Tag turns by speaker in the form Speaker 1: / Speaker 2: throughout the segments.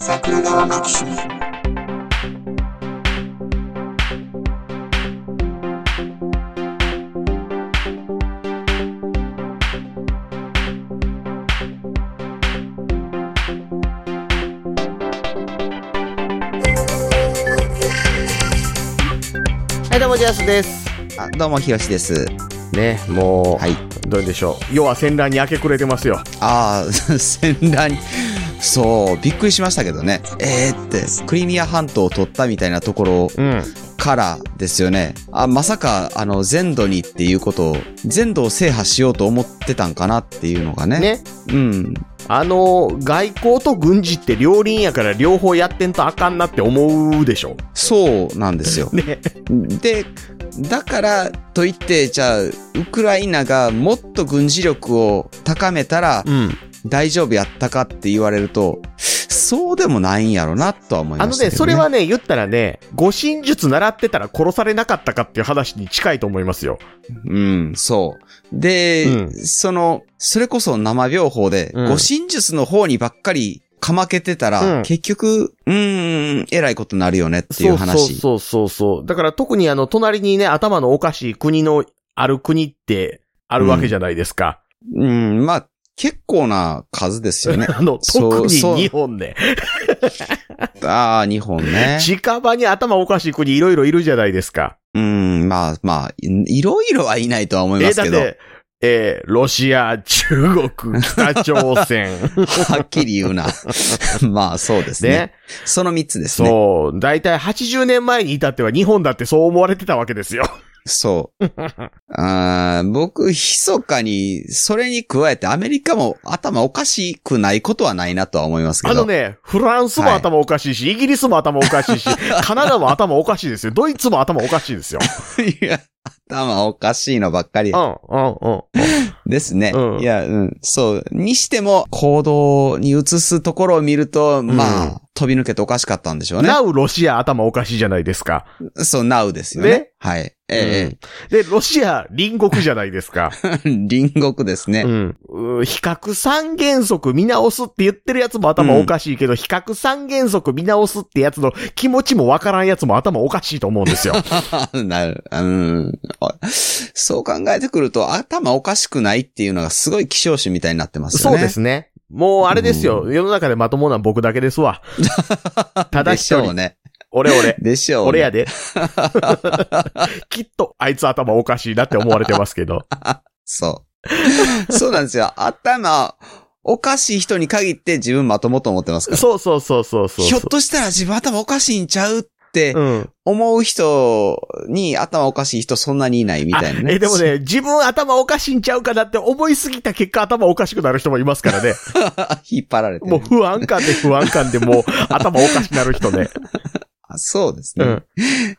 Speaker 1: 桜川マキシム
Speaker 2: はい、どうも、ジャスです。
Speaker 3: あどうも、ひろしです。
Speaker 2: ね、もう、
Speaker 3: はい。
Speaker 2: どうでしょう。要は戦乱に明け暮れてますよ。
Speaker 3: ああ、 戦乱に。そう、びっくりしましたけどね。えー、って、クリミア半島を取ったみたいなところ
Speaker 2: うん。
Speaker 3: からですよね。あ、まさか、あの、全土にっていうことを、全土を制覇しようと思ってたんかなっていうのがね。
Speaker 2: ね。
Speaker 3: うん。
Speaker 2: あの、外交と軍事って両輪やから両方やってんとあかんなって思うでしょ。
Speaker 3: そうなんですよ。
Speaker 2: ね。
Speaker 3: で、だからといって、じゃあ、ウクライナがもっと軍事力を高めたら
Speaker 2: うん。
Speaker 3: 大丈夫やったかって言われると、そうでもないんやろなとは思い
Speaker 2: あ
Speaker 3: ま
Speaker 2: の
Speaker 3: したけど、
Speaker 2: ね、それはね、言ったらね、護身術習ってたら殺されなかったかっていう話に近いと思いますよ。
Speaker 3: うん、そう。で、
Speaker 2: うん
Speaker 3: その、それこそ生療法で、
Speaker 2: うん
Speaker 3: 護身術の方にばっかりかまけてたら、
Speaker 2: うん
Speaker 3: 結局、うーん、えらいことになるよねっていう話。
Speaker 2: そうそうそうそう。だから特にあの、隣にね、頭のおかしい国のある国ってあるわけじゃないですか。。
Speaker 3: うん、まあ、結構な数ですよね
Speaker 2: あの、
Speaker 3: そう
Speaker 2: 特に
Speaker 3: そう
Speaker 2: 日本ね。
Speaker 3: ああ、日本ね。
Speaker 2: 近場に頭おかしい国いろいろいるじゃないですか。
Speaker 3: うん、まあまあ、いいろいろはいないとは思い
Speaker 2: え
Speaker 3: ま
Speaker 2: ー、
Speaker 3: す
Speaker 2: だっ
Speaker 3: けど、
Speaker 2: て、えーロシア、中国、北朝 鮮。
Speaker 3: はっきり 言うな。まあ、そうですね。
Speaker 2: ね。
Speaker 3: その3つですね。
Speaker 2: そう。だいたい80年前に至っては日本だってそう思われてたわけですよ。
Speaker 3: そう。あー僕、密かに、それに加えてアメリカも頭おかしくないことはないなとは思いますけ
Speaker 2: あ
Speaker 3: ど。
Speaker 2: のね、フランスも頭おかしいし、イギリスも頭おかしい し、カナダも頭おかしいですよ。ドイツも頭おかしいですよ。
Speaker 3: いや、頭おかしいのばっかり
Speaker 2: うん、うん、うん。
Speaker 3: ですね。
Speaker 2: うん
Speaker 3: いや、うん。そう。にしても、行動に移すところを見ると、まあ、
Speaker 2: うん
Speaker 3: 飛び抜けておかしかったんでしょうね
Speaker 2: な。うロシア頭おかしいじゃないですか。
Speaker 3: そう、now ですよね。
Speaker 2: ね
Speaker 3: はい。え
Speaker 2: で、ロシア隣国じゃないですか。
Speaker 3: え 隣国ですね。
Speaker 2: うん。うー比較三原則見直すって言ってるやつも頭おかしいけど、比較三原則見直すってやつの気持ちもわからんやつも頭おかしいと思うんですよ。
Speaker 3: なる、うん。あそう考えてくると、頭おかしくないっていうのがすごい希少種みたいになってますよ
Speaker 2: そう
Speaker 3: ね。
Speaker 2: ですね。もうあれですよ。世の中でまともな僕だけです わ。ただ
Speaker 3: で
Speaker 2: 一
Speaker 3: しょう
Speaker 2: 人、
Speaker 3: ね。
Speaker 2: 俺俺。
Speaker 3: でしょう、ね。
Speaker 2: 俺や で。きっと、あいつ頭おかしいなって思われてますけど。
Speaker 3: そう。 そうなんですよ。頭、おかしい人に限って自分まともと思ってますから。
Speaker 2: そうそうそうそうそう。
Speaker 3: ひょっとしたら自分頭おかしいんちゃうって
Speaker 2: うん。
Speaker 3: 思う人に頭おかしい人そんなにいないみたいな
Speaker 2: あ
Speaker 3: ね。
Speaker 2: え、でも。ね、自分頭おかしいんちゃうかなって思いすぎた結果頭おかしくなる人もいますからね。
Speaker 3: 引っ張られてる
Speaker 2: もう不安感で不安感でもう頭おかしくなる人ね。
Speaker 3: あそうです
Speaker 2: う
Speaker 3: ね、
Speaker 2: ん。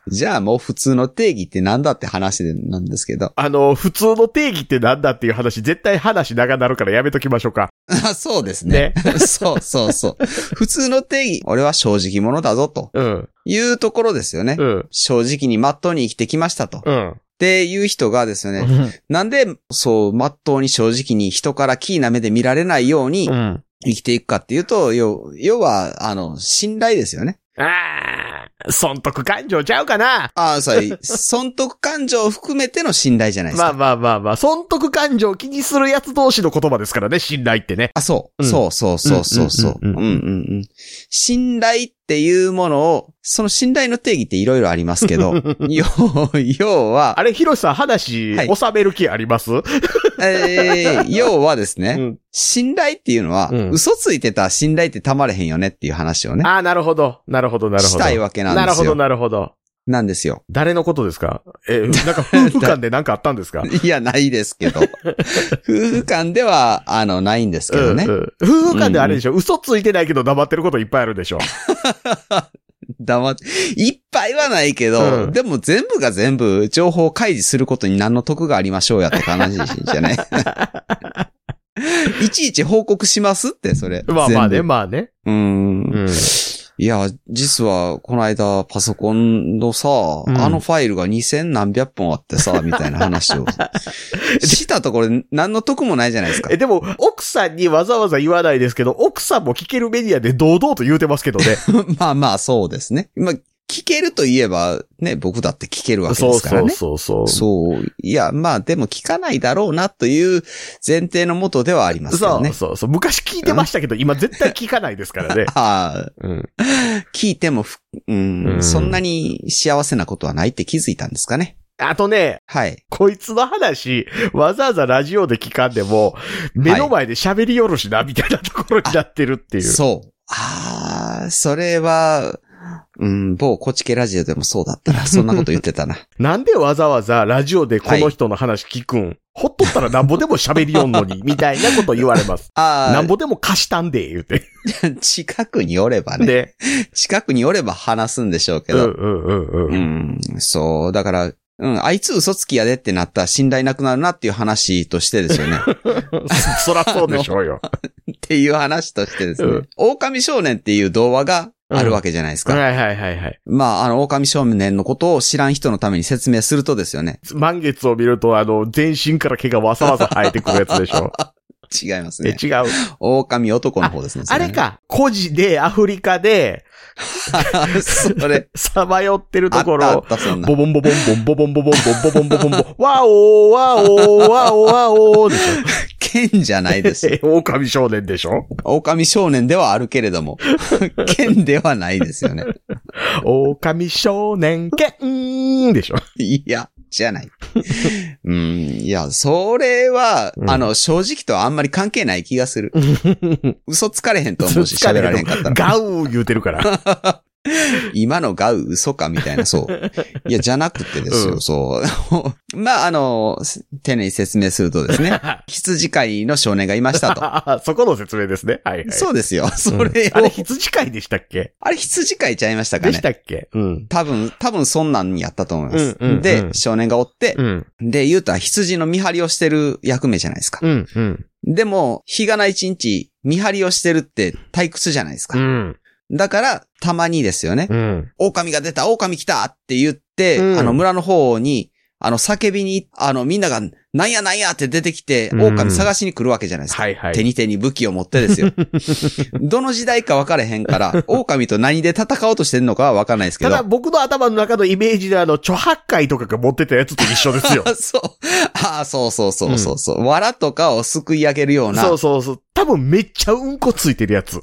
Speaker 3: じゃあもう普通の定義ってなんだって話でなんですけど。
Speaker 2: あの、普通の定義ってなんだっていう話、絶対話長なるからやめときましょうか。
Speaker 3: あそうですね。
Speaker 2: ね。
Speaker 3: そうそうそう。普通の定義、俺は正直者だぞと
Speaker 2: うん。
Speaker 3: いうところですよね。
Speaker 2: うん。
Speaker 3: 正直にまっとうに生きてきましたと。
Speaker 2: う
Speaker 3: っ
Speaker 2: ん。
Speaker 3: ていう人がですよね、なんでそうまっとうに正直に人からキーな目で見られないように
Speaker 2: うん。
Speaker 3: 生きていくかっていうと、要要は、あの、信頼ですよね。
Speaker 2: ああ、損得感情ちゃうかな。
Speaker 3: ああ、 そう、損得感情を含めての信頼じゃないですか。
Speaker 2: まあまあまあまあ、損得感情気にするやつ同士の言葉ですからね、信頼ってね。
Speaker 3: あ、そう、
Speaker 2: うん
Speaker 3: そうそうそうそうそう。
Speaker 2: う
Speaker 3: うんん
Speaker 2: う
Speaker 3: うんんうん。信頼っていうものを、その信頼の定義っていろいろありますけど、 要要は
Speaker 2: あ、れ、ヒロシさん話、
Speaker 3: はい
Speaker 2: 収める気あります、
Speaker 3: えー要はですね、
Speaker 2: うん。
Speaker 3: 信頼っていうのは、
Speaker 2: うん
Speaker 3: 嘘ついてたら信頼ってたまれへんよねっていう話をね、
Speaker 2: ああ、なるほど。なるほど、なるほど。
Speaker 3: したいわけなん
Speaker 2: なる
Speaker 3: です
Speaker 2: ほど、
Speaker 3: よ。
Speaker 2: なるほど。
Speaker 3: なんですよ。
Speaker 2: 誰のことですかえ、なんか夫婦間で何かあったんですか
Speaker 3: いや、ないですけ ど。夫婦間では、あの、ないんですけどね。
Speaker 2: うんうん夫婦間であれでしょ、嘘ついてないけど黙ってることいっぱいあるでしょ。
Speaker 3: 黙って、いっぱいはないけど、
Speaker 2: うん
Speaker 3: でも全部が全部情報を開示することに何の得がありましょうやって話じ ゃないいちいち報告しますって、それ。
Speaker 2: まあまあね、
Speaker 3: 全部
Speaker 2: まあね。
Speaker 3: うーん。
Speaker 2: うん。
Speaker 3: いや、実は、この間、パソコンのさ、
Speaker 2: うん
Speaker 3: あのファイルが2000何百本あってさ、みたいな話 をしたところ、何の得もないじゃないですか
Speaker 2: え、。でも、奥さんにわざわざ言わないですけど、奥さんも聞けるメディアで堂々と言うてますけどね。
Speaker 3: まあまあ、そうですね。まあ、聞けると言えば、ね、僕だって聞ける わけ
Speaker 2: そ
Speaker 3: で
Speaker 2: う
Speaker 3: すから
Speaker 2: そ
Speaker 3: ね。
Speaker 2: うそうそう。
Speaker 3: そう。いや、まあでも聞かないだろうなという前提のもとではありますよ
Speaker 2: そ
Speaker 3: ね。
Speaker 2: う。そうそう。昔聞いてましたけど、今絶対聞かないですからね
Speaker 3: ああ、
Speaker 2: うん。
Speaker 3: 聞いてもふ、うん、
Speaker 2: うん
Speaker 3: そんなに幸せなことはないって気づいたんですかね。
Speaker 2: あとね、
Speaker 3: はい。
Speaker 2: こいつの話、わざわざラジオで聞かんでも、目の前で喋りよろしな、みたいなところになってるっていう。
Speaker 3: そう。ああ、それは、うん、某コチケラジオでもそうだった な。そんなこと言ってたな。
Speaker 2: なんでわざわざラジオでこの人の話聞くん、ほっとったらなんぼでも喋りよんのに、みたいなこと言われます。な
Speaker 3: あ
Speaker 2: んぼでも貸したんで、言うて。
Speaker 3: あ、 近くにおればね。
Speaker 2: で、
Speaker 3: 近くにおれば話すんでしょうけ
Speaker 2: うんう
Speaker 3: ど。
Speaker 2: んうん
Speaker 3: う
Speaker 2: うん。
Speaker 3: ん、そう。だから、うん、あいつ嘘つきやでってなったら信頼なくなるなっていう話としてですよ ね。
Speaker 2: そそらそうでしょうよ。
Speaker 3: っていう話としてですね、
Speaker 2: うん
Speaker 3: 狼少年っていう童話があるわけじゃないです
Speaker 2: はい
Speaker 3: か。
Speaker 2: はいはいはい。
Speaker 3: まあ、あの、狼少年のことを知らん人のために説明するとですよね。
Speaker 2: 満月を見ると、あの、全身から毛がわざわざ生えてくるやつでしょ。
Speaker 3: 違います
Speaker 2: え、
Speaker 3: ね。
Speaker 2: 違う。
Speaker 3: 狼男の方ですね。そ
Speaker 2: あれ。か、孤児でアフリカで、
Speaker 3: それ。
Speaker 2: さまよってる
Speaker 3: あ
Speaker 2: と
Speaker 3: っ
Speaker 2: こ
Speaker 3: たあ
Speaker 2: ろ
Speaker 3: っ、た、そんな
Speaker 2: ボ。ボンボボンボン、ボボンボボンボン、ボボンボボンボン、ワオー、ワオー、ワオー、ワオーでしょ。
Speaker 3: 剣じゃないです よ。
Speaker 2: え、狼少年でしょ
Speaker 3: 狼少年ではあるけれ ども、剣ではないですよね。
Speaker 2: 狼少年剣 でしょ。
Speaker 3: いや、じゃない。 うん、いや、それは、
Speaker 2: うん
Speaker 3: あの、正直とはあんまり関係ない気が する。嘘つかれへんと思うし、喋られへんかったら。
Speaker 2: ガウー言うてるから。
Speaker 3: 今のガウ嘘かみたいな、そう。いや、じゃなくてですよ、
Speaker 2: うん
Speaker 3: そう。 まあ、あの、丁寧に説明するとです ね、羊飼いの少年がいましたと。
Speaker 2: そこの説明ですね。はいはい。
Speaker 3: そうですよ。そ
Speaker 2: うん
Speaker 3: れを、あ
Speaker 2: あれ、
Speaker 3: れ、
Speaker 2: 羊飼いでしたっけ
Speaker 3: 羊飼いちゃいましたか
Speaker 2: でし
Speaker 3: ね。
Speaker 2: たっけうん。
Speaker 3: 多分、多分そんなんやったと思います。
Speaker 2: うんうんうん
Speaker 3: で、少年がおって、
Speaker 2: うん。
Speaker 3: で、言うたら羊の見張りをしてる役目じゃないですか。
Speaker 2: うん。うん。
Speaker 3: でも、日がない一日、見張りをしてるって退屈じゃないですか。
Speaker 2: うん。
Speaker 3: だから、たまにですよね。
Speaker 2: うん。
Speaker 3: 狼が出た、狼来たって言って、
Speaker 2: うん
Speaker 3: あの村の方に、あの叫びに、あのみんなが、なんやなんやって出てきて、
Speaker 2: うん
Speaker 3: 狼探しに来るわけじゃないですか。
Speaker 2: はいは
Speaker 3: 手
Speaker 2: い。
Speaker 3: に手に武器を持って ですよ。どの時代か分からへんから、狼と何で戦おうとしてんのかは分からないですけ
Speaker 2: ただ
Speaker 3: ど。
Speaker 2: 僕の頭の中のイメージであの、著白海とかが持ってたやつと一緒ですよ。
Speaker 3: そう。ああ、そうそうそうそうそう。藁とかをすくい上げるような、
Speaker 2: そうそうそう。多分めっちゃうんこついてるやつ。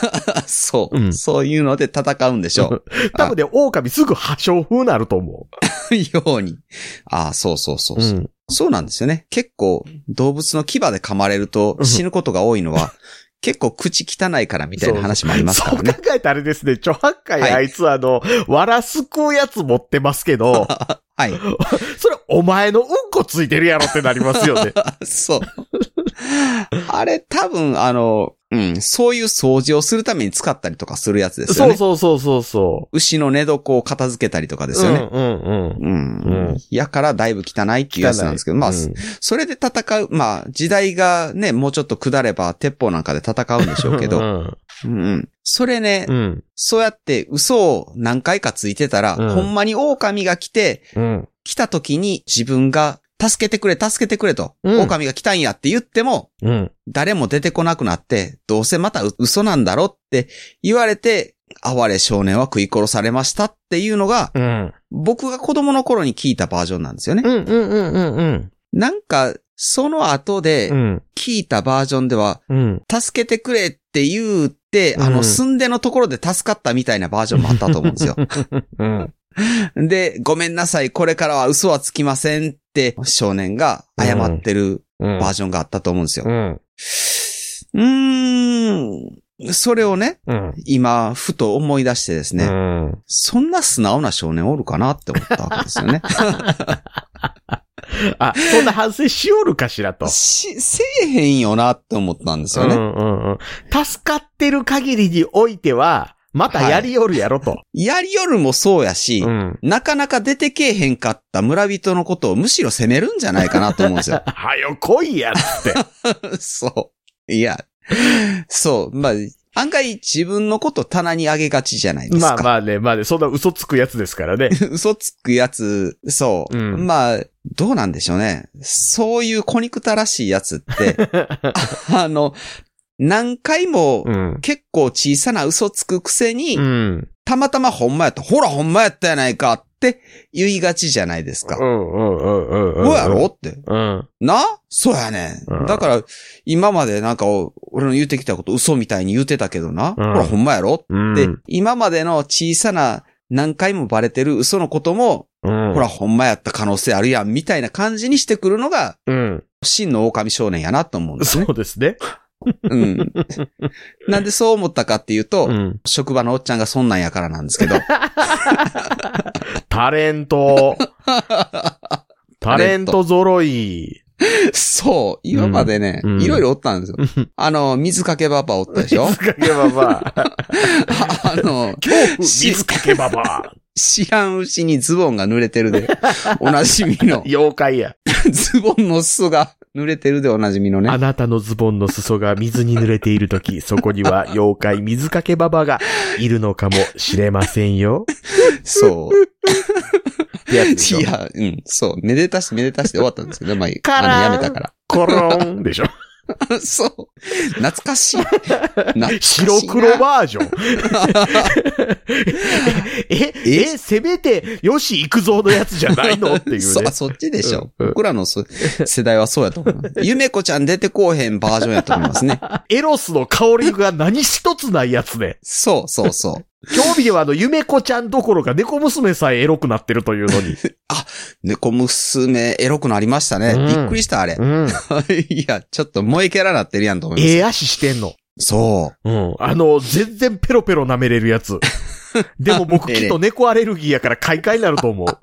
Speaker 3: そう、
Speaker 2: うん
Speaker 3: そういうので戦うんでしょ
Speaker 2: 多分ね、狼すぐ破傷風なると思
Speaker 3: う。ように。ああ、そうそうそう
Speaker 2: う。
Speaker 3: そう。そうなんですよね。結構、動物の牙で噛まれると死ぬことが多いのは、 結構口汚いからみたいな話もありますか
Speaker 2: そう
Speaker 3: ら
Speaker 2: 考
Speaker 3: ね。
Speaker 2: えたらあれですね、著白海
Speaker 3: はい
Speaker 2: あいつあの、わらすくうやつ持ってますけ ど、
Speaker 3: はい。
Speaker 2: それお前のうんこついてるやろってなりますよね。
Speaker 3: そう。あれ、多分、あの、うん、そういう掃除をするために使ったりとかするやつ ですよ
Speaker 2: そう
Speaker 3: ね。
Speaker 2: そうそうそうそ
Speaker 3: 牛の寝床を片付けたりとかで
Speaker 2: う。
Speaker 3: すよね。
Speaker 2: うんうんうん。
Speaker 3: うん。
Speaker 2: うん
Speaker 3: やからだいぶ汚いっていうやつなんですけど、まあ、
Speaker 2: うん
Speaker 3: それで戦う、まあ、時代がね、もうちょっと下れば鉄砲なんかで戦うんでしょうけ
Speaker 2: う
Speaker 3: ど、
Speaker 2: ん
Speaker 3: うんうん。それね、
Speaker 2: うん。
Speaker 3: そうやって嘘を何回かついてたら、
Speaker 2: うん
Speaker 3: ほんまに狼が来て、
Speaker 2: うん。
Speaker 3: 来た時に自分が助けてくれ、助けてくれと、
Speaker 2: うん
Speaker 3: 狼が来たんやって言っても、
Speaker 2: うん。
Speaker 3: 誰も出てこなくなって、どうせまた嘘なんだろって言われて、哀れ少年は食い殺されましたっていうのが、
Speaker 2: うん。
Speaker 3: 僕が子供の頃に聞いたバージョンなんですよね。
Speaker 2: うんうんうんうん
Speaker 3: なんか、その後
Speaker 2: う
Speaker 3: で
Speaker 2: ん。
Speaker 3: 聞いたバージョンでは、
Speaker 2: うん。
Speaker 3: 助けてくれって言って、あ
Speaker 2: う
Speaker 3: の、
Speaker 2: ん
Speaker 3: すんでのところで助かったみたいなバージョンもあったと思うんですよ。
Speaker 2: うん。
Speaker 3: で、ごめんなさい、これからは嘘はつきませんって少年が謝ってる
Speaker 2: うん。
Speaker 3: バージョンがあったと思うんですよ。
Speaker 2: う
Speaker 3: う
Speaker 2: ん。
Speaker 3: ーん。それをね、
Speaker 2: うん。
Speaker 3: 今、ふと思い出してですね、
Speaker 2: うん。
Speaker 3: そんな素直な少年おるかなって思ったわけです よね。
Speaker 2: あ、そんな反省しおるかしらと。
Speaker 3: し、せえへんよなって思ったんですよね。
Speaker 2: うんうんうん。助かってる限りにおいては、またやりよるやろと。
Speaker 3: やりよるもそうやし、
Speaker 2: ん。
Speaker 3: なかなか出てけえへんかった村人のことをむしろ責めるんじゃないかなと思うんですよ。
Speaker 2: はよ来いやっつって。
Speaker 3: そう。いや、そう、まあ、案外自分のこと棚にあげがちじゃないです
Speaker 2: ま
Speaker 3: か。
Speaker 2: あまあね、まあね、そんな嘘つくやつですからね。
Speaker 3: 嘘つくやつ、そう。
Speaker 2: うん
Speaker 3: まあ、どうなんでしょうね。そういう小肉たらしいやつっ て、ああの、何回も
Speaker 2: うん。
Speaker 3: 結構小さな嘘つくくせに、
Speaker 2: うん。
Speaker 3: たまたまほんまやった。ほらほんまやったやないかって言いがちじゃないですか
Speaker 2: う。んうんうんうんうん。
Speaker 3: そうやろって。
Speaker 2: うん。
Speaker 3: なそうやねん。
Speaker 2: うん
Speaker 3: だから、今までなんか、お俺の言ってきたこと嘘みたいに言ってたけどな。
Speaker 2: うん
Speaker 3: ほらほんまやろ
Speaker 2: うん。
Speaker 3: って、今までの小さな何回もバレてる嘘のことも、
Speaker 2: うん。
Speaker 3: ほら、。ほんまやった可能性あるやん、みたいな感じにしてくるのが、
Speaker 2: うん。
Speaker 3: 真の狼少年やなと思うんです
Speaker 2: そ
Speaker 3: ね。
Speaker 2: うですね。
Speaker 3: うん。なんでそう思ったかっていうと、
Speaker 2: うん。
Speaker 3: 職場のおっちゃんがそんなんやからなんですけ ど、
Speaker 2: タレ ント。タレント揃い。
Speaker 3: そう、今までね、
Speaker 2: うん
Speaker 3: いろいろおったんですよ。あの、水かけばばおったでし ょ
Speaker 2: 水かけばば。
Speaker 3: あの、
Speaker 2: 水かけばば。
Speaker 3: 知らんうちにズボンが濡れてる で、おなじみの、
Speaker 2: 妖怪や。
Speaker 3: ズボンの裾が濡れてるでおなじみのね
Speaker 2: あ。なたのズボンの裾が水に濡れているとき、そこには妖怪水かけばばがいるのかもしれませんよ。
Speaker 3: そう。
Speaker 2: ってやつでしょ
Speaker 3: いや、うん、そう。めでたしめでたしで終わったんですけ ど、まあ、
Speaker 2: カラーン
Speaker 3: あの、やめたか
Speaker 2: コロンでしょ
Speaker 3: ら。 そう。懐かし い。懐かしいな
Speaker 2: 白黒バージョン。 え、え、えせめて、よし行くぞのやつじゃない のっていうね。
Speaker 3: そあそっちでしょ。
Speaker 2: うんうん
Speaker 3: 僕らのそ世代はそうやと思 う。ゆめこちゃん出てこうへんバージョンやと思いますね。
Speaker 2: エロスの香りが何一つないやつね。
Speaker 3: そうそうそう。
Speaker 2: 興味ではあの、ゆめこちゃんどころか猫娘さえエロくなってるというのに。
Speaker 3: 猫娘、エロくなりましたね。
Speaker 2: うん
Speaker 3: びっくりした、あれ。
Speaker 2: うん。
Speaker 3: いや、ちょっと萌えキャラなってるやんと思います。
Speaker 2: ええ足してんの。
Speaker 3: そ
Speaker 2: うん。あの、全然ペロペロ舐めれるや つ。でも僕きっと猫アレルギーやから買い替えになると思う。
Speaker 3: う。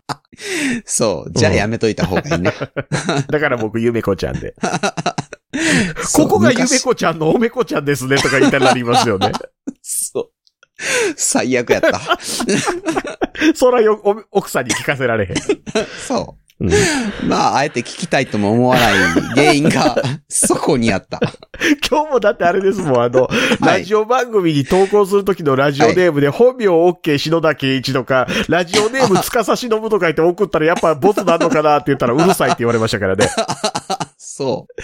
Speaker 3: そう。じゃあやめといた方がいいね。
Speaker 2: だから僕、ゆめこちゃん で。
Speaker 3: そう
Speaker 2: ここがゆめ
Speaker 3: 昔
Speaker 2: こちゃんのおめこちゃんですねとか言いたくなります よね。
Speaker 3: そう。最悪やった。
Speaker 2: そらよ、お奥さんに聞かせられへん。
Speaker 3: そう。
Speaker 2: うん
Speaker 3: まあ、あえて聞きたいとも思わない原因が、 そこにあった。
Speaker 2: 今日もだってあれですもん、あの、ラジオ番組に投稿するときのラジオネームで、本名 OK 篠田圭一とか、ラジオネーム司忍とか言って送ったら、やっぱボツなのかなって言ったら、うるさいって言われましたからね。
Speaker 3: そう。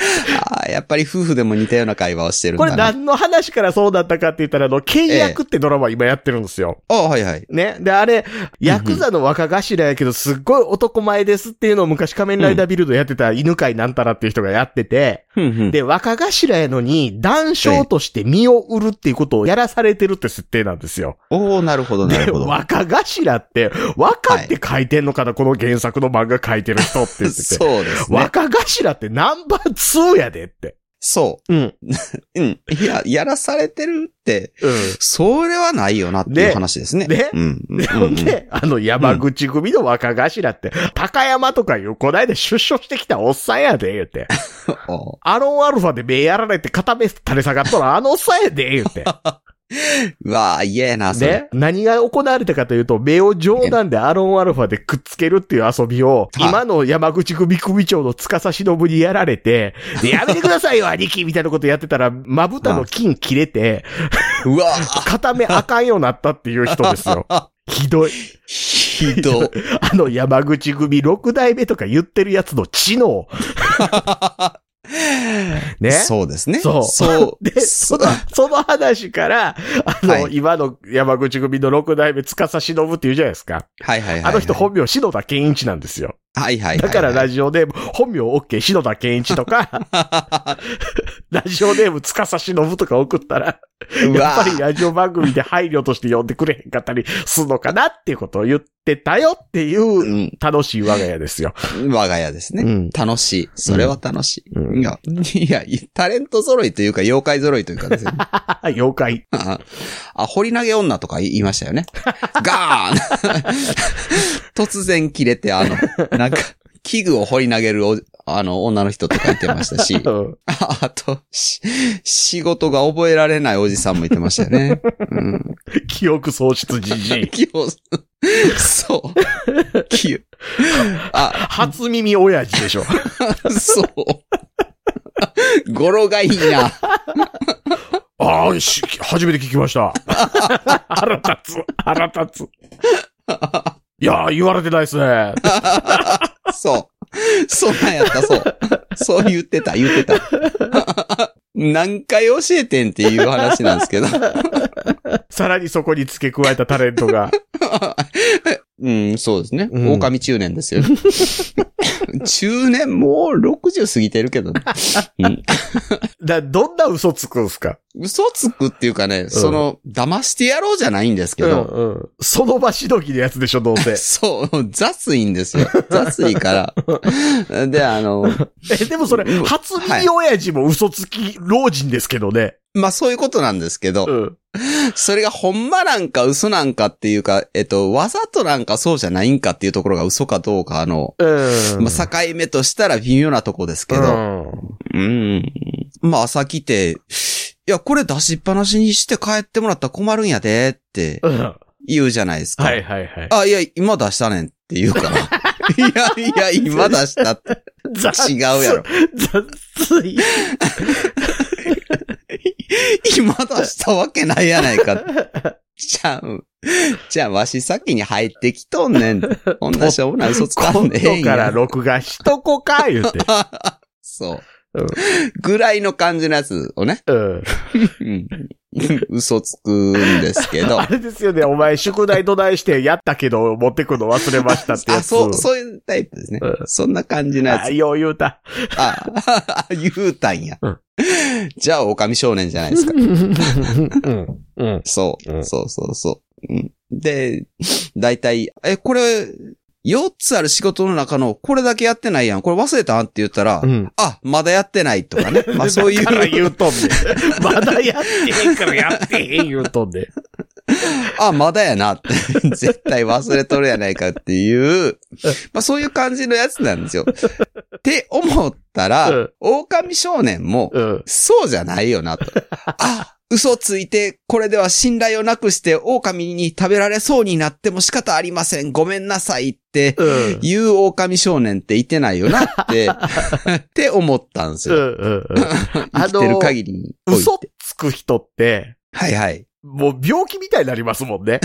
Speaker 3: ああ、やっぱり夫婦でも似たような会話をしてるん
Speaker 2: こ
Speaker 3: だ
Speaker 2: れ
Speaker 3: な。
Speaker 2: 何の話からそうだったかって言ったら、あの、契約ってドラマ今やってるんですよ。
Speaker 3: あはいはい。
Speaker 2: ね。で、あれ、ヤクザの若頭やけど、すっごい男前ですっていうのを昔仮面ライダービルドやってた犬飼なんたらっていう人がやってて、
Speaker 3: で
Speaker 2: で、若頭やのに、男性として身を売るっていうことをやらされてるって設定なんですよ。
Speaker 3: おおなるほど、な
Speaker 2: で、
Speaker 3: るほど。
Speaker 2: 若頭って、若って書いてんのかな、この原作の漫画書いてる人って言ってて。
Speaker 3: そうですね。
Speaker 2: 若頭ってナンバー2やでって。
Speaker 3: そ
Speaker 2: うん。
Speaker 3: う。うん。いや、やらされてるって、
Speaker 2: うん。
Speaker 3: それはないよなっていう
Speaker 2: で
Speaker 3: 話ですね。
Speaker 2: で
Speaker 3: うん。うん
Speaker 2: ほんで、あの山口組の若頭って、高山とかいう、こないだ出所してきたおっさんやで、言うて。
Speaker 3: うんお
Speaker 2: アロンアルファで目やられて片目垂れ下がっとるあのおっさんやで、言うて。
Speaker 3: うわあ、嫌やな、それ
Speaker 2: で。、何が行われたかというと、目を冗談でアロンアルファでくっつけるっていう遊びを、
Speaker 3: はい
Speaker 2: 今の山口組組長の司忍にやら れて、でやめてくださいよ、兄貴みたいなことやってたら、まぶたの筋切れて、
Speaker 3: うわあ、
Speaker 2: 片目あかんようになったっていう人です よ。ひどい。
Speaker 3: ひどい。
Speaker 2: あの山口組6代目とか言ってるやつの 知能。ね。
Speaker 3: そうですね。
Speaker 2: そう
Speaker 3: そう。
Speaker 2: で、その、その話から、あの、
Speaker 3: はい
Speaker 2: 今の山口組の6代目、司忍っていうじゃないですか。
Speaker 3: はいはいはいはい。
Speaker 2: あの人本名、篠田健一なんですよ。
Speaker 3: はいはいはいはい。
Speaker 2: だからラジオネーム、本名 OK、篠田健一とか、 ラジオネーム、司忍とか送ったら、
Speaker 3: うわ
Speaker 2: やっぱ
Speaker 3: あ
Speaker 2: りラジオ番組で配慮として呼んでくれへんかったりすんのかなっていうことを言ってたよっていう、
Speaker 3: うん
Speaker 2: 楽しい我が家ですよ。
Speaker 3: 我が家ですね。
Speaker 2: うん
Speaker 3: 楽しい。それは楽しい。
Speaker 2: うん
Speaker 3: いや、いや、タレント揃いというか、妖怪揃いというかです よね、
Speaker 2: あ妖怪。
Speaker 3: あ、掘り投げ女とか言いました よね。ガーン突然切れて、あの、なんか、器具を掘り投げるお、あの、女の人とか言ってました し、
Speaker 2: うん
Speaker 3: ああと、し仕事が覚えられないおじさんも言ってましたよね。うん。
Speaker 2: 記憶喪失じ じい。
Speaker 3: 器用、そう。器用。あ、
Speaker 2: 初耳親父でしょ。
Speaker 3: そう。語呂がいいな。
Speaker 2: ああ、し初めて聞きました。 腹立つ、腹立つ。いやー、言われてないですね。
Speaker 3: そう。そうなんやった、そう。そう言ってた、言ってた。何回教えてんっていう話なんですけど。
Speaker 2: さらにそこに付け加えたタレントが。
Speaker 3: うん、そうですね。
Speaker 2: うん
Speaker 3: 狼中年ですよ、ね。中年もう60過ぎてるけど、ねうん
Speaker 2: だどんな嘘つくんすか
Speaker 3: 嘘つくっていうかね、その、騙してやろうじゃないんですけど、。
Speaker 2: うんうん。その場しのぎのやつでしょ、どう せ
Speaker 3: そう、雑いんです よ。雑いから。で、あの、
Speaker 2: え、でもそれ、
Speaker 3: うん
Speaker 2: 初耳親父も嘘つき老人ですけどね。
Speaker 3: まあそういうことなんですけど、
Speaker 2: うん。
Speaker 3: それがほんまなんか嘘なんかっていうか、えっと、わざとなんかそうじゃないんかっていうところが嘘かどうかの、
Speaker 2: うん。
Speaker 3: まあ境目としたら微妙なとこですけ
Speaker 2: う
Speaker 3: ど、
Speaker 2: ん。
Speaker 3: うん。まあ朝来て、いや、これ出しっぱなしにして帰ってもらったら困るんやでって
Speaker 2: うん。は
Speaker 3: 言うじゃないですか。
Speaker 2: いはいはい。
Speaker 3: あ、いや、今出したねんって言う から。いやいや、今出したって
Speaker 2: 雑
Speaker 3: 違うやろ。
Speaker 2: 雑い。
Speaker 3: 今出したわけないやないか。じゃあ、じゃあわし先に入ってきとんねん。こんなしょうもない嘘つかん
Speaker 2: 今
Speaker 3: ねえん
Speaker 2: 度から
Speaker 3: や。
Speaker 2: 録画しとこか、言 うて。
Speaker 3: そう
Speaker 2: うん。
Speaker 3: ぐらいの感じのやつを ね、
Speaker 2: うん。
Speaker 3: うん嘘つくんですけど
Speaker 2: あ。れですよね、お前宿題どないしてやったけど持ってくの忘れましたってや
Speaker 3: あ、
Speaker 2: つ。
Speaker 3: そう、そういうタイプですね
Speaker 2: うん。
Speaker 3: そんな感じのや
Speaker 2: あ
Speaker 3: つ。
Speaker 2: よう言うた。
Speaker 3: あ、言うたんや
Speaker 2: うん。
Speaker 3: じゃあ、狼少年じゃないですか。
Speaker 2: うん。うん。
Speaker 3: そうう、
Speaker 2: ん
Speaker 3: そうそうそう。うんで、だいたい、え、これ、4つある仕事の中の、これだけやってないやん。これ忘れたんって言ったら、
Speaker 2: うん。
Speaker 3: あ、まだやってないと かね。まあそうい
Speaker 2: だから
Speaker 3: う、
Speaker 2: 言うとんねん。まだやってへんからやってへん言うとんねん。
Speaker 3: あ、まだやな って。絶対忘れとるやないかっていう、まあそういう感じのやつなんですよ。って思ったら、
Speaker 2: うん
Speaker 3: 狼少年も、
Speaker 2: うん。
Speaker 3: そうじゃないよなと。あ、嘘ついて、これでは信頼をなくして、狼に食べられそうになっても仕方ありません。ごめんなさいって、
Speaker 2: うん。
Speaker 3: 言う狼少年っていてないよな って、って思ったんです
Speaker 2: うん
Speaker 3: よ。
Speaker 2: うんうん。
Speaker 3: 生
Speaker 2: あ
Speaker 3: きてる
Speaker 2: の、
Speaker 3: 限りにおいて。
Speaker 2: 嘘つく人って、
Speaker 3: はいはい。
Speaker 2: もう病気みたいになりますもんね。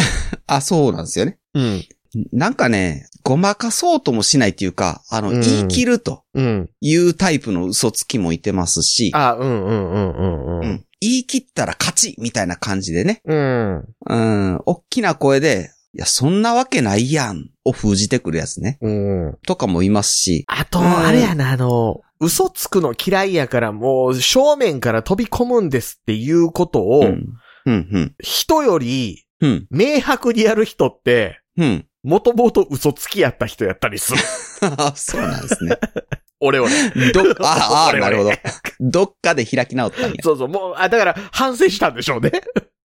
Speaker 3: あ、そうなんですよね。
Speaker 2: うん。
Speaker 3: なんかね、ごまかそうともしないっていうか、あの、
Speaker 2: うん
Speaker 3: 言い切ると
Speaker 2: うん。
Speaker 3: いうタイプの嘘つきもいてますし、
Speaker 2: あ、うんうんうんうんう。
Speaker 3: うんん言い切ったら勝ちみたいな感じでね。
Speaker 2: うん。
Speaker 3: うん、おっきな声で、いや、そんなわけないやん、を封じてくるやつね。
Speaker 2: うん。
Speaker 3: とかもいますし、
Speaker 2: あと、
Speaker 3: うん
Speaker 2: あれやな、あの、嘘つくの嫌いやからもう正面から飛び込むんですっていうことを、
Speaker 3: うん、うん、うん、
Speaker 2: 人より
Speaker 3: うん、
Speaker 2: 明白にやる人って、
Speaker 3: うん。
Speaker 2: もともと嘘つきやった人やったりする。
Speaker 3: そうなんですね。
Speaker 2: 俺は。
Speaker 3: ど っああ、
Speaker 2: 俺
Speaker 3: な
Speaker 2: 俺
Speaker 3: るほど。どっかで開き直ったんや。
Speaker 2: そうそう、もう、あ、だから反省したんでしょうね。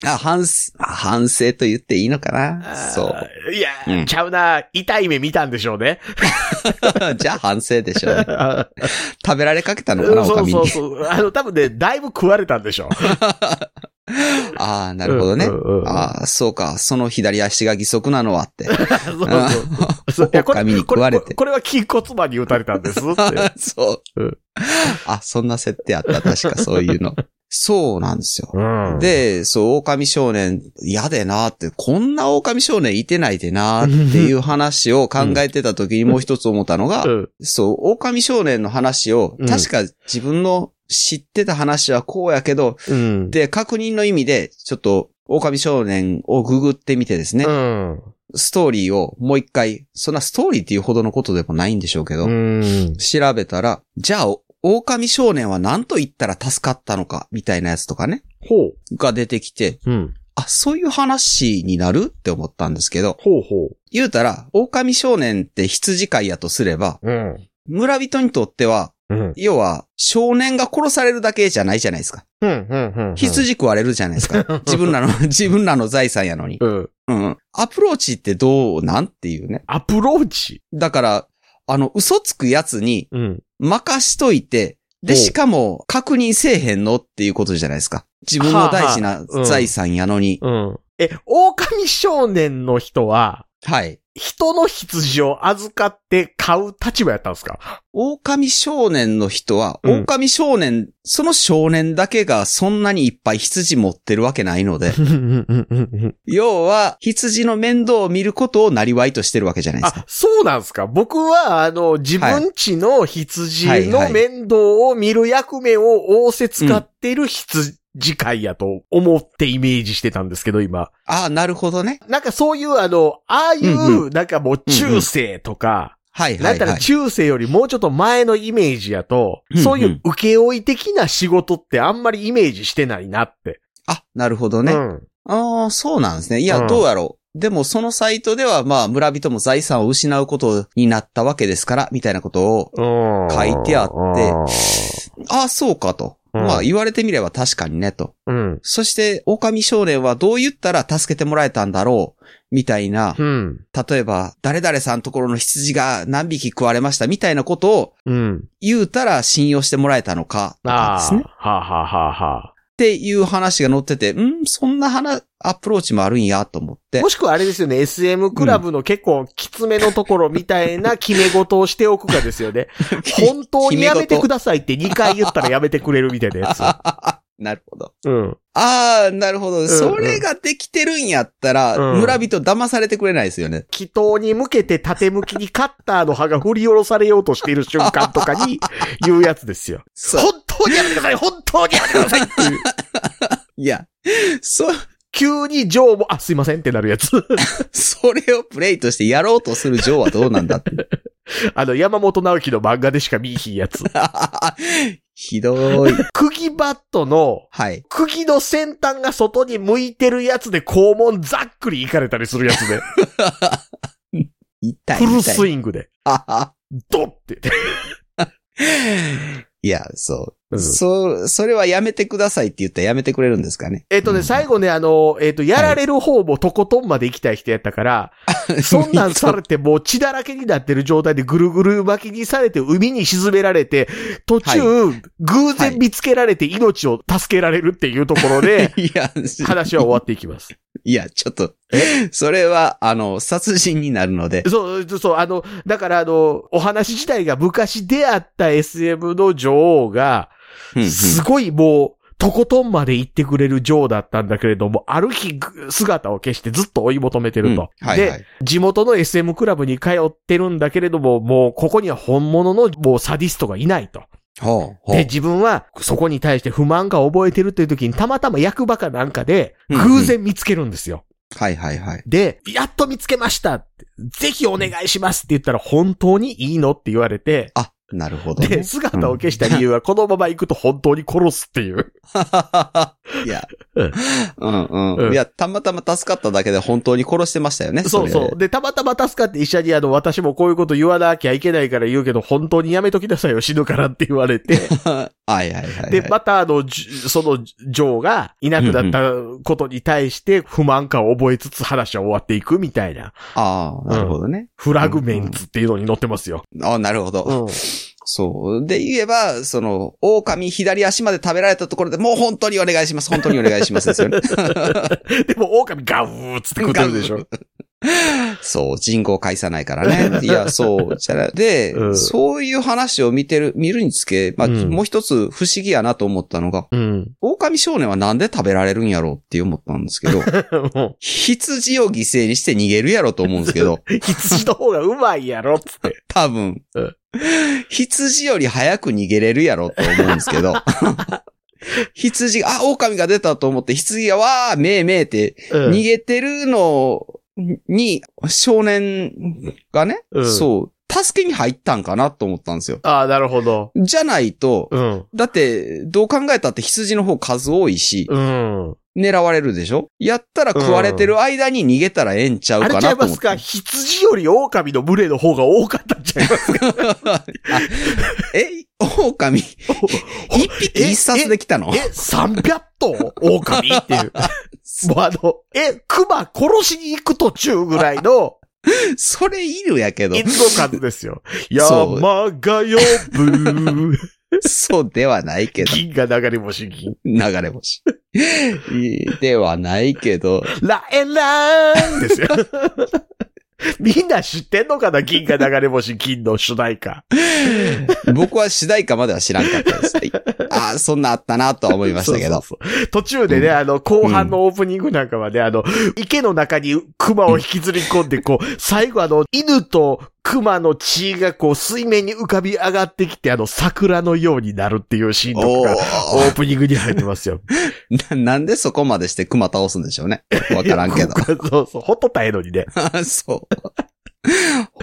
Speaker 3: あ、反省、あ反省と言っていいのかなそう。
Speaker 2: う。いや、
Speaker 3: うん
Speaker 2: ちゃうな、痛い目見たんでしょうね。
Speaker 3: じゃあ反省でしょうね。
Speaker 2: そ
Speaker 3: 食べられかけたのかな、おか
Speaker 2: う
Speaker 3: み
Speaker 2: そう
Speaker 3: に。
Speaker 2: そう。あの、多分ね、だいぶ食われたんでしょう。
Speaker 3: ああ、なるほどね
Speaker 2: うん。うんうん
Speaker 3: ああ、そうか、その左足が義足なのはって。
Speaker 2: そう そうそう。いやこれ
Speaker 3: 狼に食われ
Speaker 2: これ
Speaker 3: て。
Speaker 2: これは筋骨魔に打たれたんですって。
Speaker 3: そう
Speaker 2: うん。
Speaker 3: あ、そんな設定あった。確かそういう の。そうなんですよ。
Speaker 2: うん、
Speaker 3: で、そう、狼少年、嫌でなって、こんな狼少年いてないでなっていう話を考えてた時にもう一つ思ったのが
Speaker 2: う、ん、
Speaker 3: そう、狼少年の話を
Speaker 2: うん、
Speaker 3: 確か自分の知ってた話はこうやけど、
Speaker 2: うん。
Speaker 3: で、確認の意味で、ちょっと、狼少年をググってみてですね、
Speaker 2: うん。
Speaker 3: ストーリーをもう一回、そんなストーリーっていうほどのことでもないんでしょうけど、
Speaker 2: うん。
Speaker 3: 調べたら、じゃあ、狼少年は何と言ったら助かったのか、みたいなやつとかね、
Speaker 2: ほう。
Speaker 3: が出てきて、
Speaker 2: うん。
Speaker 3: あ、そういう話になるって思ったんですけど、
Speaker 2: ほうほう。
Speaker 3: 言うたら、狼少年って羊飼いやとすれば、
Speaker 2: うん。
Speaker 3: 村人にとっては、
Speaker 2: うん。
Speaker 3: 要は、少年が殺されるだけじゃないじゃないですか。
Speaker 2: うん。うん。
Speaker 3: 羊食われるじゃないですか。 自分らの、 自分らの財産やのに。
Speaker 2: うん。
Speaker 3: うん。アプローチってどうなんっていうね。
Speaker 2: アプローチ。
Speaker 3: だから、あの、嘘つくやつに、
Speaker 2: うん。
Speaker 3: 任しといて、で、
Speaker 2: お
Speaker 3: しかも、確認せえへんのっていうことじゃないですか。自分の大事な
Speaker 2: はあはあうん
Speaker 3: 財産やのに。
Speaker 2: うん。え、狼少年の人は、
Speaker 3: はい。
Speaker 2: 人の羊を預かって買う立場やったんです か
Speaker 3: 狼少年の人は、
Speaker 2: うん、
Speaker 3: 狼少年、その少年だけがそんなにいっぱい羊持ってるわけないので
Speaker 2: あ、
Speaker 3: 要は、羊の面倒を見ることをなりわいとしてるわけじゃないですか。
Speaker 2: そうなんですか僕は、あの、自分ちの羊
Speaker 3: は
Speaker 2: の
Speaker 3: い
Speaker 2: 面倒を見る役目を仰せ使ってる羊飼いやと思ってイメージしてたんですけど、今。
Speaker 3: ああ、なるほどね。
Speaker 2: なんかそういう、あの、ああい
Speaker 3: うん
Speaker 2: う、なんかもう中世とか、
Speaker 3: はいは
Speaker 2: なん
Speaker 3: い
Speaker 2: た
Speaker 3: は
Speaker 2: ら
Speaker 3: い。
Speaker 2: 中世よりもうちょっと前のイメージやと、
Speaker 3: うんうん
Speaker 2: そういう請負い的な仕事ってあんまりイメージしてないなって。
Speaker 3: あ、なるほどね。
Speaker 2: うん
Speaker 3: ああ、そうなんですね。いうや、
Speaker 2: ん
Speaker 3: どうやろう。でも、そのサイトでは、まあ、村人も財産を失うことになったわけですから、みたいなことを、書いてあってああ、そうかと。
Speaker 2: うん
Speaker 3: まあ、言われてみれば確かにね、と。
Speaker 2: うん。
Speaker 3: そして、狼少年はどう言ったら助けてもらえたんだろう、みたいな
Speaker 2: う、ん。
Speaker 3: 例えば、誰々さんところの羊が何匹食われました、みたいなことを
Speaker 2: うん。
Speaker 3: 言うたら信用してもらえたのか、とか
Speaker 2: あ
Speaker 3: で
Speaker 2: あ
Speaker 3: すね。っ。
Speaker 2: はあはあはあはあ
Speaker 3: ていう話が載ってて、んそんな話、アプローチもあるんや、と思って
Speaker 2: も。しくはあれですよね、SM クラブの結構きつめのところみたいな決め事をしておくかですよ ね。本当にやめてくださいって2回言ったらやめてくれるみたいなやつ。
Speaker 3: なるほど。
Speaker 2: うん。
Speaker 3: ああ、なるほど。
Speaker 2: ん
Speaker 3: それができてるんやったら、
Speaker 2: うん
Speaker 3: 村人騙されてくれないですよね。
Speaker 2: 祈祷に向けて縦向きにカッターの刃が振り下ろされようとしている瞬間とかに言うやつです よ。
Speaker 3: そう。
Speaker 2: 本当にやめてください本当にやめてくださいっていう。
Speaker 3: いや、そ、
Speaker 2: 急にジョーも、あ、すいませんってなるやつ。
Speaker 3: それをプレイとしてやろうとするジョーはどうなんだって。
Speaker 2: あの、山本直樹の漫画でしか見いひんやつ。
Speaker 3: ひどい。
Speaker 2: 釘バットの、
Speaker 3: はい。
Speaker 2: 釘の先端が外に向いてるやつで肛門ざっくりいかれたりするやつ で、
Speaker 3: 痛い
Speaker 2: フル
Speaker 3: 痛
Speaker 2: ス
Speaker 3: い。
Speaker 2: イングで、
Speaker 3: あは
Speaker 2: ドッて。
Speaker 3: いや、そうう。
Speaker 2: ん
Speaker 3: そ、それはやめてくださいって言ったらやめてくれるんですかね。
Speaker 2: えっとね、最後ね、あの、えっと、やられる方もとことんまで行きたい人やったから、 そんなんされてもう血だらけになってる状態でぐるぐる巻きにされて海に沈められて、途中、偶然見つけられて命を助けられるっていうところで、
Speaker 3: いや、し
Speaker 2: 話は終わっていきます。
Speaker 3: いや、ちょっと、それは、あの、殺人になるので、
Speaker 2: そう、そう、あの、だからあの、お話自体が昔出会った SM の女王が、
Speaker 3: うんうん
Speaker 2: すごいもう、とことんまで行ってくれる女王だったんだけれども、ある日ぐ姿を消してずっと追い求めてると。
Speaker 3: うんはいは
Speaker 2: で、
Speaker 3: い。
Speaker 2: 地元の SM クラブに通ってるんだけれども、もうここには本物のもうサディストがいないと。
Speaker 3: ほう、ほ
Speaker 2: で、
Speaker 3: う。
Speaker 2: 自分はそこに対して不満が覚えてるという時にたまたま役場かなんかで
Speaker 3: うんうん
Speaker 2: 偶然見つけるんですよ。
Speaker 3: はいはいはい。
Speaker 2: で、やっと見つけましたってぜひお願いしますって言ったら本当にいいのって言われて、
Speaker 3: あ、なるほど、ね
Speaker 2: で、。姿を消した理由はこのまま行くと本当に殺すっていう。
Speaker 3: いや
Speaker 2: うん、
Speaker 3: うんう
Speaker 2: うん
Speaker 3: ん。いや、たまたま助かっただけで本当に殺してましたよね。
Speaker 2: そうそう。で、たまたま助かって医者にあの、私もこういうこと言わなきゃいけないから言うけど、本当にやめときなさいよ、死ぬからって言われて。
Speaker 3: れで。 はいはいはいはい。
Speaker 2: で、またあの、じゅその、ジョーがいなくなったことに対して不満感を覚えつつ話は終わっていくみたいな、
Speaker 3: ああ、なるほどね。
Speaker 2: フラグメンツっていうのに載ってますよ。
Speaker 3: ああ、なるほど。
Speaker 2: うん。
Speaker 3: そう。で言えば、その、狼左足まで食べられたところで、もう本当にお願いします。本当にお願いしますですよね。
Speaker 2: でも、狼ガウーっつって 食ってるでしょ。
Speaker 3: そう、人口を介さないからね。いや、そう、じゃなで、
Speaker 2: うん
Speaker 3: そういう話を見てる、見るにつけ、まあ、
Speaker 2: うん
Speaker 3: もう一つ不思議やなと思ったのが、
Speaker 2: うん。
Speaker 3: 狼少年はなんで食べられるんやろうって思ったんですけど、
Speaker 2: もう
Speaker 3: 羊を犠牲にして逃げるやろと思うんですけど、
Speaker 2: 羊の方がうまいやろっつ って。
Speaker 3: 多分
Speaker 2: うん、
Speaker 3: 羊より早く逃げれるやろと思うんです けど、羊が、あ、狼が出たと思って、羊がわー、めーめーって
Speaker 2: う
Speaker 3: 逃げてるのに、少年がね、
Speaker 2: うん
Speaker 3: そう、助けに入ったんかなと思ったんですよ。
Speaker 2: ああ、なるほど。
Speaker 3: じゃないと、
Speaker 2: うん。
Speaker 3: だって、どう考えたって羊の方数多いし、
Speaker 2: うん。
Speaker 3: 狙われるでしょやったら食われてる間に逃げたらええんちゃう
Speaker 2: あ
Speaker 3: かな
Speaker 2: れち
Speaker 3: と
Speaker 2: ゃ
Speaker 3: 思っ
Speaker 2: い
Speaker 3: て。
Speaker 2: ますか羊より狼の群れの方が多かったんちゃ いますか
Speaker 3: あ え、狼、一匹一冊できたの
Speaker 2: え、300頭狼っ ていう。もうあの、え、熊殺しに行く途中ぐらいの
Speaker 3: それいるやけど
Speaker 2: 犬、の数ですよ。
Speaker 3: そう
Speaker 2: 山が呼 ぶ。
Speaker 3: そうではない けど、
Speaker 2: 銀が流れ星銀。
Speaker 3: 流れ星。ではないけど、
Speaker 2: ラエラーンですよ。みんな知ってんのかな銀河流れ星銀の主題歌。
Speaker 3: 僕は主題歌までは知らんかったです。はいああ、そんなあったなとは思いましたけど。
Speaker 2: そうそうそう途中でね、
Speaker 3: うん
Speaker 2: あの、後半のオープニングなんかはね、あの、池の中に熊を引きずり込んで、こう、最後あの、犬と熊の血がこう、水面に浮かび上がってきて、あの、桜のようになるっていうシーンと
Speaker 3: お
Speaker 2: かが、オ
Speaker 3: ー
Speaker 2: ープニングに入ってますよ。
Speaker 3: ななんでそこまでして熊倒すんでしょうね。わからんけど。
Speaker 2: そうそう、ほっとったらええのにね。
Speaker 3: あそう。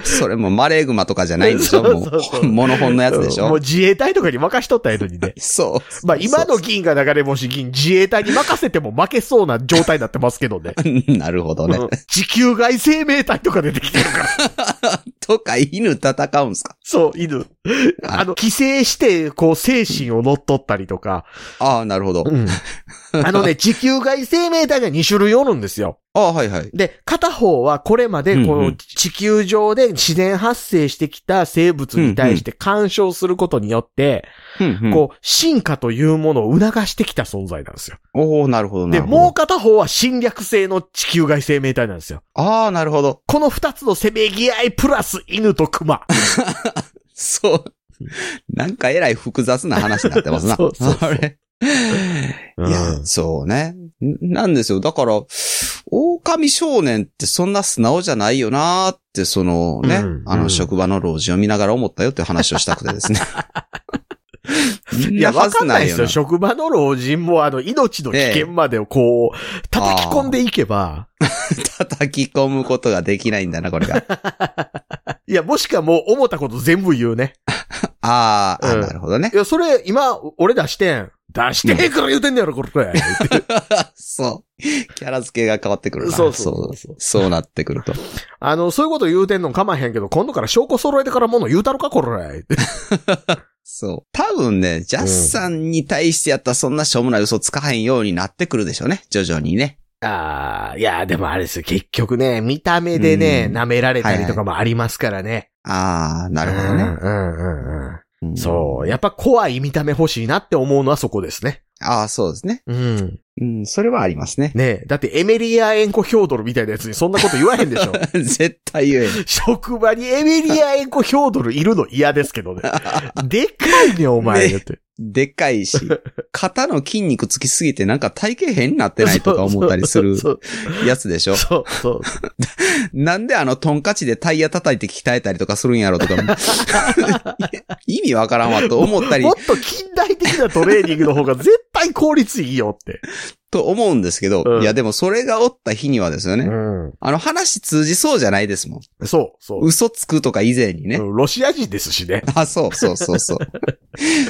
Speaker 3: それもマレーグマとかじゃないんでしょも
Speaker 2: そうそうそう
Speaker 3: う、モノホンのやつでし
Speaker 2: もう
Speaker 3: ょ
Speaker 2: 自衛隊とかに任しとったらええのにね。
Speaker 3: そう。
Speaker 2: まあ今の銀が流れ星銀、自衛隊に任せても負けそうな状態になってますけどね。
Speaker 3: そう。なるほ どね。
Speaker 2: うん地球外生命体とか出てきてる から。
Speaker 3: とか、犬戦うんすか
Speaker 2: そう、犬。あの、寄生して、こう、精神を乗っ取ったりとか。
Speaker 3: ああ、なるほど。
Speaker 2: あのね、地球外生命体が2種類おるんですよ。
Speaker 3: ああ、はいはい。
Speaker 2: で、片方はこれまで、こ
Speaker 3: うんう
Speaker 2: の
Speaker 3: ん
Speaker 2: 地球上で自然発生してきた生物に対して干渉することによって、こう、進化というものを促してきた存在なんですよ。
Speaker 3: うん。おおなるほど、な
Speaker 2: で、
Speaker 3: るほ
Speaker 2: もう
Speaker 3: ど。
Speaker 2: 片方は侵略性の地球外生命体なんですよ。
Speaker 3: ああ、なるほど。
Speaker 2: この二つのせめぎ合いプラス犬と熊。
Speaker 3: そう。なんかえらい複雑な話になってますな。
Speaker 2: そうそうそう
Speaker 3: あれ。
Speaker 2: うん
Speaker 3: いや、そうね。んなんですよ。だから、狼少年ってそんな素直じゃないよなーって、そのね、
Speaker 2: うん
Speaker 3: あ
Speaker 2: うん
Speaker 3: の職場の老人を見ながら思ったよっていう話をしたくてですね。
Speaker 2: いや、わかんないですよ。
Speaker 3: はず
Speaker 2: 職場の老人も、あの、命の危険までをこう、叩き込んでいけば、
Speaker 3: 叩き込むことができないんだな、これが。
Speaker 2: いや、もしかもう思ったこと全部言うね。
Speaker 3: あーあ、
Speaker 2: うん
Speaker 3: なるほどね
Speaker 2: い。や、それ、今、俺出してん。出してへんから言うてんねやろ、これ。
Speaker 3: そう。 キャラ付けが変わってくるな。
Speaker 2: そうそうそう
Speaker 3: そう。そうなってくると。
Speaker 2: あの、そういうこと言うてんのかまへんけど、今度から証拠揃えてからもの言うたろか、これ。
Speaker 3: そう。多分ね、ジャスさんに対してやったらそんなしょうもない嘘つかへんようになってくるでしょうね。徐々にね。
Speaker 2: ああ、いや、でもあれですよ。結局ね、見た目でね、
Speaker 3: うん
Speaker 2: 舐められたりとかもありますからね。
Speaker 3: ああ、なるほど
Speaker 2: う
Speaker 3: ね
Speaker 2: んうんうんうん。。
Speaker 3: ん
Speaker 2: そう。やっぱ怖い見た目欲しいなって思うのはそこですね。
Speaker 3: ああ、そうですね。
Speaker 2: うん。
Speaker 3: うん、それはありますね。
Speaker 2: ねえ、だってエメリア・エンコ・ヒョードルみたいなやつにそんなこと言わへんで しょ。
Speaker 3: 絶対言えん。
Speaker 2: 職場にエメリア・エンコ・ヒョードルいるの嫌ですけどね。でかいね、お前。
Speaker 3: ね
Speaker 2: って。
Speaker 3: でっかい し、肩の筋肉つきすぎてなんか体型変になってないとか思ったりする
Speaker 2: そう
Speaker 3: やつでし
Speaker 2: そ
Speaker 3: ょ
Speaker 2: う。そうそうそう。
Speaker 3: なんであのトンカチでタイヤ叩いて鍛えたりとかするんやろとか、 意味わからんわと思ったり
Speaker 2: もっと近代的なトレーニングの方が絶対効率いいよって。
Speaker 3: と思うんですけど、
Speaker 2: うん
Speaker 3: いやでもそれがおった日にはですよね、
Speaker 2: う
Speaker 3: あの話通じそうじゃないですもん。
Speaker 2: ん。そう、そう。
Speaker 3: 嘘つくとか以前にね。
Speaker 2: ロシア人ですしね。
Speaker 3: あ、そうそうそう そう。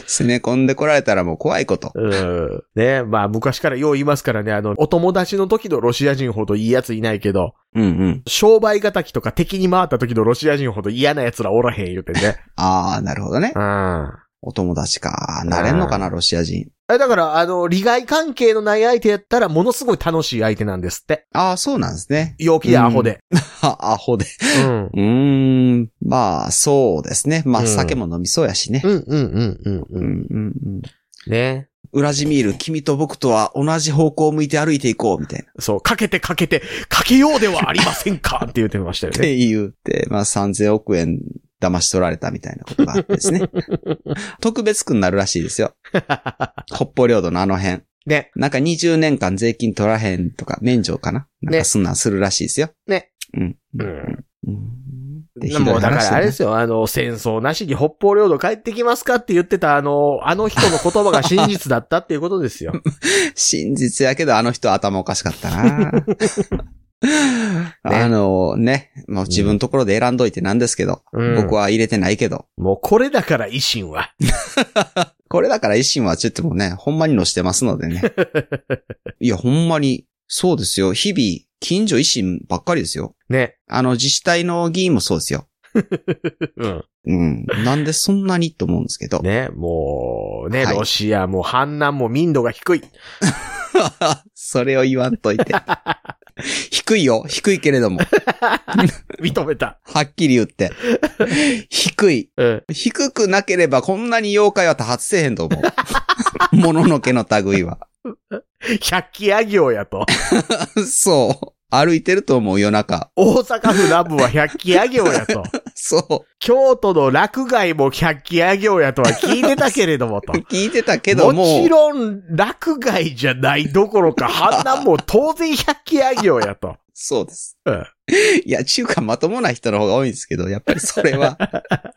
Speaker 3: 攻め込んでこられたらもう怖いこと。
Speaker 2: うん。ねまあ昔からよう言いますからね、あの、お友達の時のロシア人ほどいいやついないけど、
Speaker 3: うんうん。
Speaker 2: 商売敵とか敵に回った時のロシア人ほど嫌な奴らおらへん言うて ね。
Speaker 3: ああ、なるほどね。
Speaker 2: うん。
Speaker 3: お友達か。なれんのかな、ロシア人。
Speaker 2: え、だから、あの、利害関係のない相手やったら、ものすごい楽しい相手なんですって。
Speaker 3: ああ、そうなんですね。
Speaker 2: 陽気でアホで。
Speaker 3: あ、アホで。
Speaker 2: うん。
Speaker 3: うーん。まあ、そうですね。ま
Speaker 2: う
Speaker 3: あ、
Speaker 2: ん
Speaker 3: 酒も飲みそうやしね
Speaker 2: う。んうんうんうん
Speaker 3: う
Speaker 2: う
Speaker 3: んう
Speaker 2: ん。
Speaker 3: んうん。
Speaker 2: ね
Speaker 3: ウラジミール、君と僕とは同じ方向を向いて歩いていこう、みたいな。
Speaker 2: そう、かけてかけて、かけようではありませんかって言ってましたよ
Speaker 3: っ
Speaker 2: ね。
Speaker 3: て言って、まあ、3000億円騙し取られたみたいなことがあってです ね。特別区になるらしいですよ。北方領土のあの辺。
Speaker 2: ね。
Speaker 3: なんか20年間税金取らへんとか、免除かななん
Speaker 2: ね
Speaker 3: かそんなんするらしいですよ。
Speaker 2: ね。
Speaker 3: うん。
Speaker 2: うん。
Speaker 3: うん。で
Speaker 2: でもうだからあれで。すよ、あの、戦争なしに北方領土帰ってきますかって言ってた、あの、あの人の言葉が真実だったっていうこと ですよ。
Speaker 3: ひどい話だね真実やけど、あの人頭おかしかった な。あのね、もう自分のところで選んどいてなんですけど、
Speaker 2: うん
Speaker 3: 僕は入れてないけど、
Speaker 2: もうこれだから維新は。
Speaker 3: これだから維新はちょっともうね、ほんまにのしてますの でね。いや、ほんまに、そうですよ。日々、近所維新ばっかりですよ。
Speaker 2: ね。
Speaker 3: あの、自治体の議員もそうですよ。
Speaker 2: うん。
Speaker 3: うん。なんでそんなにと思うんですけど。
Speaker 2: ね、もう、ね、
Speaker 3: はい
Speaker 2: ロシアも反南も民度が低い。
Speaker 3: それを言わんといて。 低いよ。低いけれども。
Speaker 2: 認 めた。
Speaker 3: はっきり言って。低い。
Speaker 2: うん。
Speaker 3: 低くなければこんなに妖怪は多発せえへんと思 う。もののけの類は。
Speaker 2: 百鬼夜行やと。
Speaker 3: そ歩いてると思う夜中。
Speaker 2: 大阪府南部は百鬼夜行 やと。
Speaker 3: そ
Speaker 2: 京都の落外も百鬼夜行やとは聞いてたけれども
Speaker 3: う。
Speaker 2: と。
Speaker 3: 聞いてたけども。
Speaker 2: もちろん、落外じゃないどころか、反乱も当然百鬼夜行や と。
Speaker 3: そうです。
Speaker 2: うん
Speaker 3: いや、中華まともな人の方が多いんですけど、やっぱりそれ は、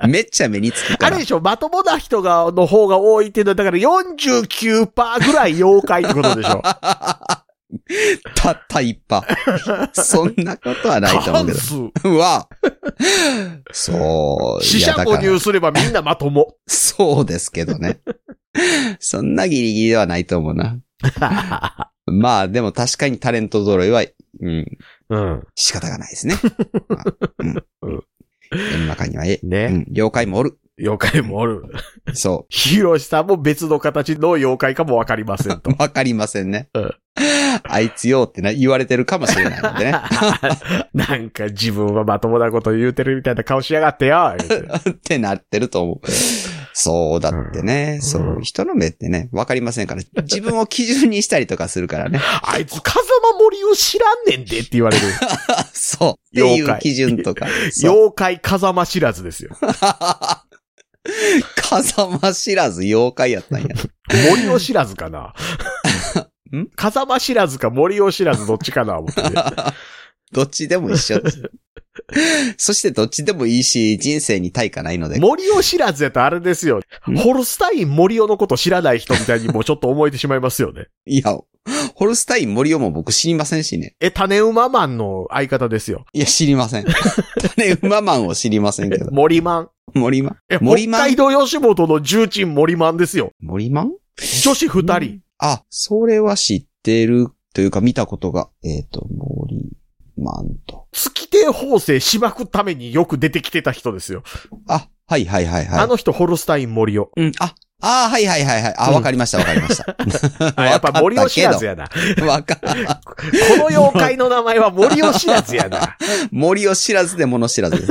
Speaker 3: めっちゃ目につく
Speaker 2: あ
Speaker 3: から。
Speaker 2: れでしょ、まともな人が、の方が多いっていうのは、だから49%ぐらい妖怪ってことでしょ。
Speaker 3: たった一 派。そんなことはないと思う
Speaker 2: 関
Speaker 3: けど。
Speaker 2: 数。
Speaker 3: うわ。そう。
Speaker 2: 死
Speaker 3: い
Speaker 2: 者
Speaker 3: やだか
Speaker 2: 誤
Speaker 3: ら
Speaker 2: 入すればみんなまとも。
Speaker 3: そうですけどね。そんなギリギリではないと思う な。まあ、でも確かにタレント揃いは、うん、
Speaker 2: うん。
Speaker 3: 仕方がないですね。まあう。
Speaker 2: うん
Speaker 3: 世の中にはえ、う
Speaker 2: ね。
Speaker 3: ん、妖怪もおる。
Speaker 2: 妖怪もおる。
Speaker 3: そう。
Speaker 2: ヒロシさんも別の形の妖怪かもわかりませ んと。
Speaker 3: わかりませんね。
Speaker 2: うん
Speaker 3: あいつよってな、言われてるかもしれないの でね。
Speaker 2: なんか自分はまともなこと言うてるみたいな顔しやがってよ。言うて
Speaker 3: ってなってると思う。そうだってね。
Speaker 2: ん
Speaker 3: そう。人の目ってね、わかりませんから。自分を基準にしたりとかするから ね。
Speaker 2: あいつ風間森を知らんねんでって言われる。
Speaker 3: あそう。って
Speaker 2: 妖
Speaker 3: いう
Speaker 2: 怪
Speaker 3: 基準とか。そう。
Speaker 2: 妖怪風間知らずですよ。
Speaker 3: 風間知らず妖怪やったんや。
Speaker 2: 森を知らずか な
Speaker 3: ん
Speaker 2: 風間知らずか森を知らずどっちかな思って ね。
Speaker 3: どっちでも一緒。 そしてどっちでもいいし、人生に対価ないので。
Speaker 2: 森を知らずやったらあれですよ。
Speaker 3: ん
Speaker 2: ホルスタイン森尾のこと知らない人みたいにもうちょっと思えてしまいますよね。
Speaker 3: いや、ホルスタイン森尾も僕知りませんしね。
Speaker 2: え、種馬マンの相方ですよ。
Speaker 3: いや、知りま せん。種馬マンを知りませんけど。
Speaker 2: 森マン。
Speaker 3: 森マン。
Speaker 2: え、
Speaker 3: 森
Speaker 2: 北
Speaker 3: マン
Speaker 2: 海道吉本の重鎮森マンですよ。
Speaker 3: 森マン
Speaker 2: 女子二人。
Speaker 3: あ、それは知ってるというか見たことが。えっ、と、森マンと。
Speaker 2: 月底縫製しまくためによく出てきてた人ですよ。
Speaker 3: あ、はいはいはいはい。
Speaker 2: あ、の人、ホルスタイン 森尾。
Speaker 3: うん、あ、あーはいはいはいはい。あ、
Speaker 2: うん
Speaker 3: わかりましたわかり ました。
Speaker 2: あ、やっぱ森尾知らずやな。こ
Speaker 3: わかった
Speaker 2: の妖怪の名前は森尾知らず やな。
Speaker 3: けど。森を知らずで物知らず。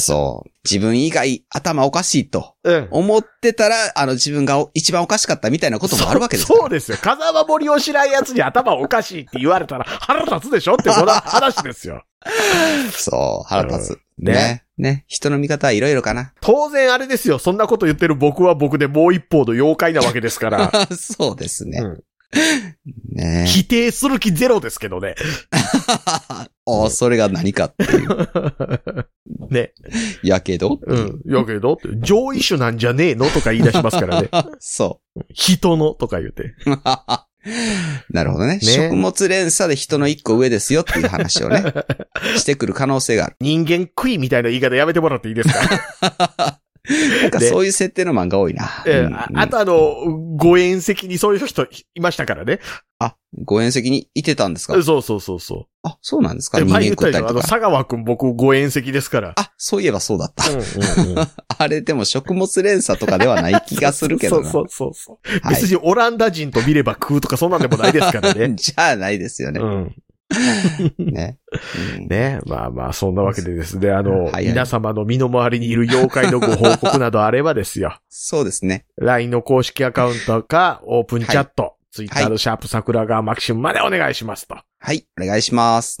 Speaker 3: そう。自分以外頭おかしいと
Speaker 2: うん。
Speaker 3: 思ってたら、あの自分がお一番おかしかったみたいなこともあるわけです
Speaker 2: そ
Speaker 3: から。
Speaker 2: うそうですよ。風間森尾知らんやつに頭おかしいって言われたら腹立つでしょってこ の話ですよ。
Speaker 3: そう、腹立つ。
Speaker 2: うんね
Speaker 3: ね。ね。人の見方はいろいろかな。
Speaker 2: 当然あれですよ。そんなこと言ってる僕は僕でもう一方の妖怪なわけですから。
Speaker 3: そうです ね。
Speaker 2: うん
Speaker 3: ね
Speaker 2: 否定する気ゼロですけどね。
Speaker 3: おそれが何かっていう。
Speaker 2: ね。。
Speaker 3: やけどっていううん
Speaker 2: やけど、上位種なんじゃねえのとか言い出しますか らね。
Speaker 3: そ
Speaker 2: 人のとか言って。
Speaker 3: う。 なるほどね
Speaker 2: ね
Speaker 3: 食物連鎖で人の一個上ですよっていう話を ね、してくる可能性がある。
Speaker 2: 人間食いみたいな言い方やめてもらっていいですか、
Speaker 3: なんか
Speaker 2: で
Speaker 3: そういう設定の漫画多いな。
Speaker 2: え
Speaker 3: う
Speaker 2: え
Speaker 3: ん
Speaker 2: ああとあの、ご縁席にそういう人いましたからね。
Speaker 3: ご縁席にいてたんですか
Speaker 2: そうそうそうそ
Speaker 3: あ、そうなんです
Speaker 2: う。
Speaker 3: か
Speaker 2: え
Speaker 3: 人間
Speaker 2: 前言っ
Speaker 3: 食
Speaker 2: た
Speaker 3: った
Speaker 2: でし
Speaker 3: り
Speaker 2: ょ、あ
Speaker 3: と
Speaker 2: の、
Speaker 3: か。
Speaker 2: 佐川くん僕ご縁席ですから。
Speaker 3: あ、そういえばそうだった。
Speaker 2: うんうんうん
Speaker 3: あれでも食物連鎖とかではない気がするけどな。
Speaker 2: そうそうそうそう。
Speaker 3: はい。
Speaker 2: 別にオランダ人と見れば食うとかそんなんでもないですからね
Speaker 3: じゃあないですよね
Speaker 2: う。ん。
Speaker 3: ね。うん
Speaker 2: ね。まあまあ、そんなわけでですね、あの、
Speaker 3: はいはい
Speaker 2: 皆様の身の回りにいる妖怪のご報告などあればですよ。
Speaker 3: そうですね。
Speaker 2: LINE の公式アカウントか、オープンチャット、Twitter のシャープ桜川マキシムまでお願いしますと。
Speaker 3: はい、お願いします。